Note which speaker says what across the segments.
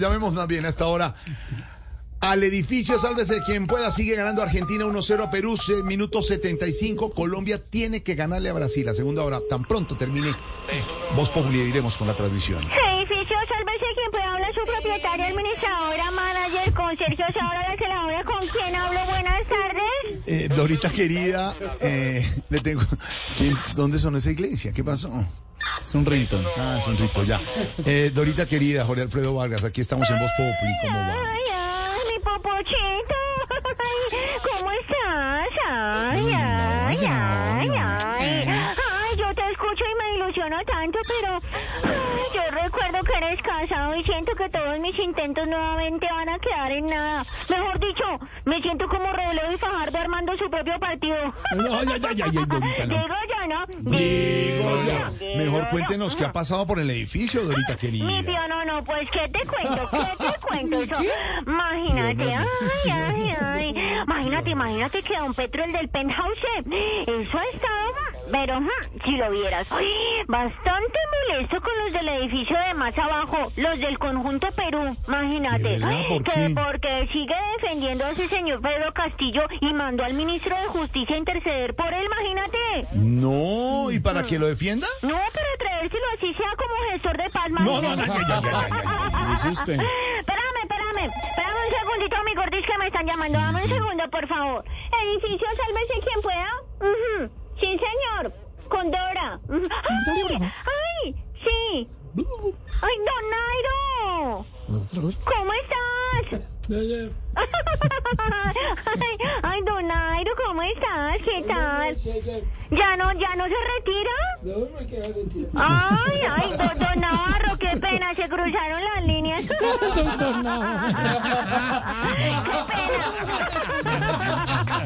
Speaker 1: Llamemos más bien a esta hora al edificio, sálvese quien pueda, sigue ganando Argentina 1-0 a Perú, se- minuto 75, Colombia tiene que ganarle a Brasil, la segunda hora, tan pronto termine, vos Populi iremos con la transmisión.
Speaker 2: Edificio, sálvese quien pueda hablar, su propietaria, administradora, manager, con Sergio Saura, la que la hora con quien hablo, buenas tardes.
Speaker 1: Eh, Dorita querida, eh, le tengo, ¿quién- ¿dónde son esa iglesia? ¿Qué pasó?
Speaker 3: Es un ringtone.
Speaker 1: Ah, es un rito, ya. Eh, Dorita querida, Jorge Alfredo Vargas, aquí estamos en Voz Populi, ¿cómo va?
Speaker 2: Ay, ay, mi popochito, Ay, ¿cómo estás? Ay, ay, ay, ay, ay, yo te escucho y me ilusiono tanto, pero ay, yo recuerdo que eres casado y siento que todos mis intentos nuevamente van a quedar en nada. Mejor dicho, me siento como Robledo y Fajardo armando su propio partido.
Speaker 1: No, ya, ya, ya, ya, Dorita, no.
Speaker 2: Digo yo, ¿no?
Speaker 1: Digo ya.
Speaker 2: Digo
Speaker 1: Mejor
Speaker 2: yo.
Speaker 1: cuéntenos qué ha pasado por el edificio, Dorita
Speaker 2: Mi
Speaker 1: querida.
Speaker 2: tío, no, no, pues, ¿qué te cuento? ¿Qué te cuento? Eso, imagínate, ay, ay, ay. Imagínate, imagínate que don Petro, el del penthouse, eh, eso ha estado, pero ujú, si lo vieras, ay, bastante molesto con los del edificio de más abajo, los del conjunto Perú,
Speaker 1: ¿De
Speaker 2: imagínate.
Speaker 1: verdad?
Speaker 2: Ay,
Speaker 1: ¿Por
Speaker 2: que
Speaker 1: qué?
Speaker 2: porque sigue defendiendo a ese señor Pedro Castillo y mandó al ministro de Justicia a interceder por él, imagínate.
Speaker 1: Mm. No, ¿y para que lo defienda?
Speaker 2: No, pero traérselo así sea como gestor de paz,
Speaker 1: No, no, no,
Speaker 2: imagínate.
Speaker 1: ya, ya, ya, ya, ya.
Speaker 3: Me asusten.
Speaker 2: Espérame, espérame, espérame un segundito, mi gordis, que me están llamando. Dame un segundo, por favor. Edificio, sálvese quien pueda. Ujú. Sí, señor. Con Dora. Ujú. ¡Ay! ¡Ay! ¡Sí! ¡Ay, don Nairo! ¿Cómo estás? ay, ay, don Nairo, ¿cómo estás? ¿Qué tal? ¿Ya no, ya no se retira? Ay, ay, don, don Navarro, qué pena, se cruzaron las líneas.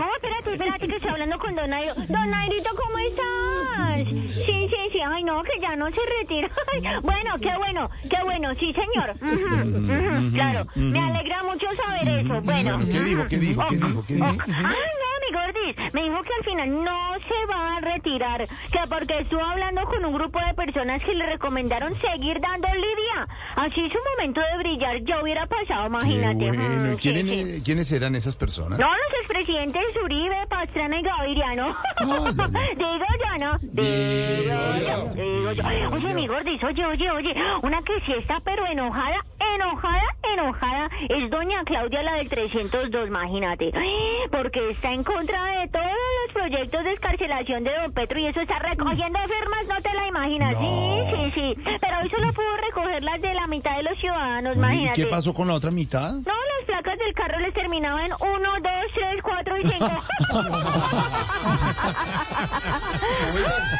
Speaker 2: No, espérate, espérate, que estoy hablando con Don Nairo. Don Nairito, ¿cómo estás? Sí, sí, sí. Ay, no, que ya no se retira. Ay, bueno, qué bueno, qué bueno. Sí, señor. Ujú, ujú, claro, me alegra mucho saber eso. Bueno.
Speaker 1: ¿Qué dijo? ¿Qué dijo? ¿Qué dijo? ¿Qué dijo?
Speaker 2: Ay, no, mi gordis. Me dijo que al final no se va a retirar. Que porque estuvo hablando con un grupo de personas que le recomendaron seguir dando Lidia. Así su momento de brillar ya hubiera pasado,
Speaker 1: Qué
Speaker 2: imagínate.
Speaker 1: bueno. ¿Y
Speaker 2: Mm, sí,
Speaker 1: quiénen-
Speaker 2: sí.
Speaker 1: eh, quiénes eran esas personas?
Speaker 2: No, los expresidentes Uribe, Pastrana y Gaviria,
Speaker 1: Ah, ya, ya.
Speaker 2: Digo yo, ¿no? Digo yo, digo yo. Oye, mi gordis, oye, oye, oye. Una que sí está, pero enojada, enojada, enojada. Es doña Claudia, la del 302, imagínate. Porque está en contra de todos los proyectos de escarcelación de don Petro y eso está recogiendo firmas, no te la imaginas. Sí, sí, sí. Pero hoy solo pudo recoger las de la mitad de los ciudadanos,
Speaker 1: Oye, ¿Y
Speaker 2: imagínate.
Speaker 1: qué pasó con la otra mitad?
Speaker 2: No, las placas del carro les terminaban en 1, 2, 3, 4 y 5.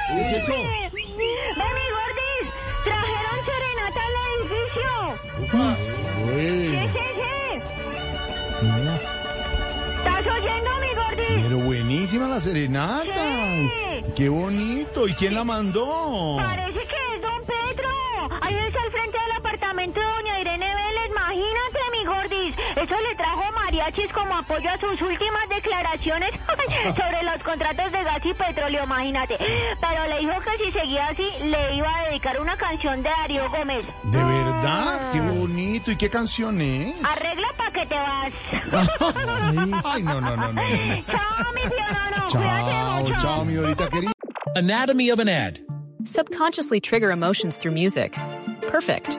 Speaker 1: ¿Qué es eso?
Speaker 2: ¡Ven, mi gordis! ¡Trajeron serenata al edificio! ¿Qué es ese? ¿Estás oyendo, mi gordis?
Speaker 1: Pero buenísima la serenata.
Speaker 2: Sí.
Speaker 1: Qué bonito. ¿Y quién la mandó?
Speaker 2: Parece que es don Pedro. Ahí está al frente del apartamento de doña Irene Vélez. Imagínate, mi gordis. Eso le trajo María. mariachis como apoyo a sus últimas declaraciones sobre los contratos de gas y petróleo, imagínate. Pero le dijo que si seguía así, le iba a dedicar una canción de Darío Gómez.
Speaker 1: ¿De verdad? Qué bonito. ¿Y qué canción es?
Speaker 2: Arregla para que te vas.
Speaker 1: Ay, no, no, no, no. no.
Speaker 2: chao, mi Leonardo. Cuídate
Speaker 1: Chao,
Speaker 2: mucho.
Speaker 1: chao, mi Dorita querida.
Speaker 4: Anatomy of an ad.
Speaker 5: Subconsciously trigger emotions through music. Perfect.